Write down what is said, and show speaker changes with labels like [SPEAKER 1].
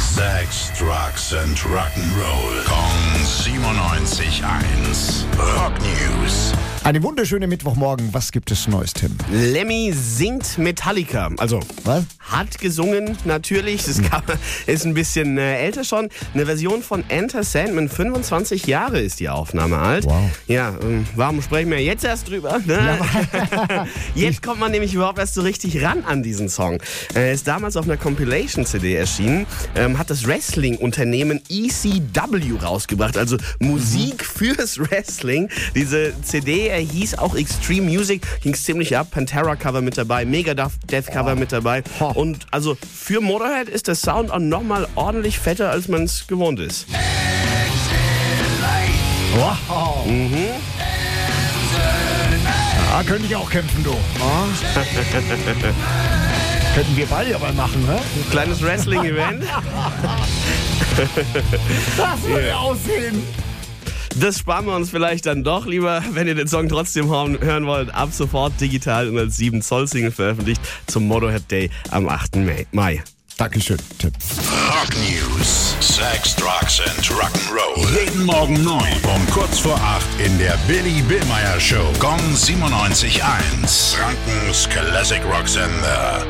[SPEAKER 1] Sex, Drugs and Rock'n'Roll. Kong 97.1. Rock News.
[SPEAKER 2] Eine wunderschöne Mittwochmorgen. Was gibt es Neues, Tim?
[SPEAKER 3] Lemmy singt Metallica. Also
[SPEAKER 2] Was?
[SPEAKER 3] hat gesungen natürlich. Das kann, ist ein bisschen äh, älter schon. Eine Version von Enter Sandman. 25 Jahre ist die Aufnahme alt.
[SPEAKER 2] Wow.
[SPEAKER 3] Ja, ähm, warum sprechen wir jetzt erst drüber? Ne? jetzt kommt man nämlich überhaupt erst so richtig ran an diesen Song. Er ist damals auf einer Compilation-CD erschienen, ähm, hat das Wrestling-Unternehmen ECW rausgebracht, also Musik fürs Wrestling. Diese CD äh, hieß auch Extreme Music, ging ziemlich ab. Pantera-Cover mit dabei, Megadeth-Cover mit dabei.
[SPEAKER 2] Ha.
[SPEAKER 3] Und also für Motorhead ist der Sound auch nochmal ordentlich fetter, als man es gewohnt ist.
[SPEAKER 2] Wow. Mhm. Ja, könnte ich auch kämpfen, du. Könnten wir beide aber machen, ne?
[SPEAKER 3] Kleines Wrestling-Event.
[SPEAKER 2] Das würde aussehen.
[SPEAKER 3] Das sparen wir uns vielleicht dann doch lieber, wenn ihr den Song trotzdem hören hören wollt. Ab sofort digital und als 7-Zoll-Single veröffentlicht zum Motorhead Day am 8. Mai- Mai.
[SPEAKER 2] Dankeschön, Tim.
[SPEAKER 1] Rock News. Sex, Drugs and Rock'n'Roll. Jeden Morgen 9 um kurz vor 8 in der Billy Billmeyer Show. Gong 97.1. Frankens Classic Rock Sender.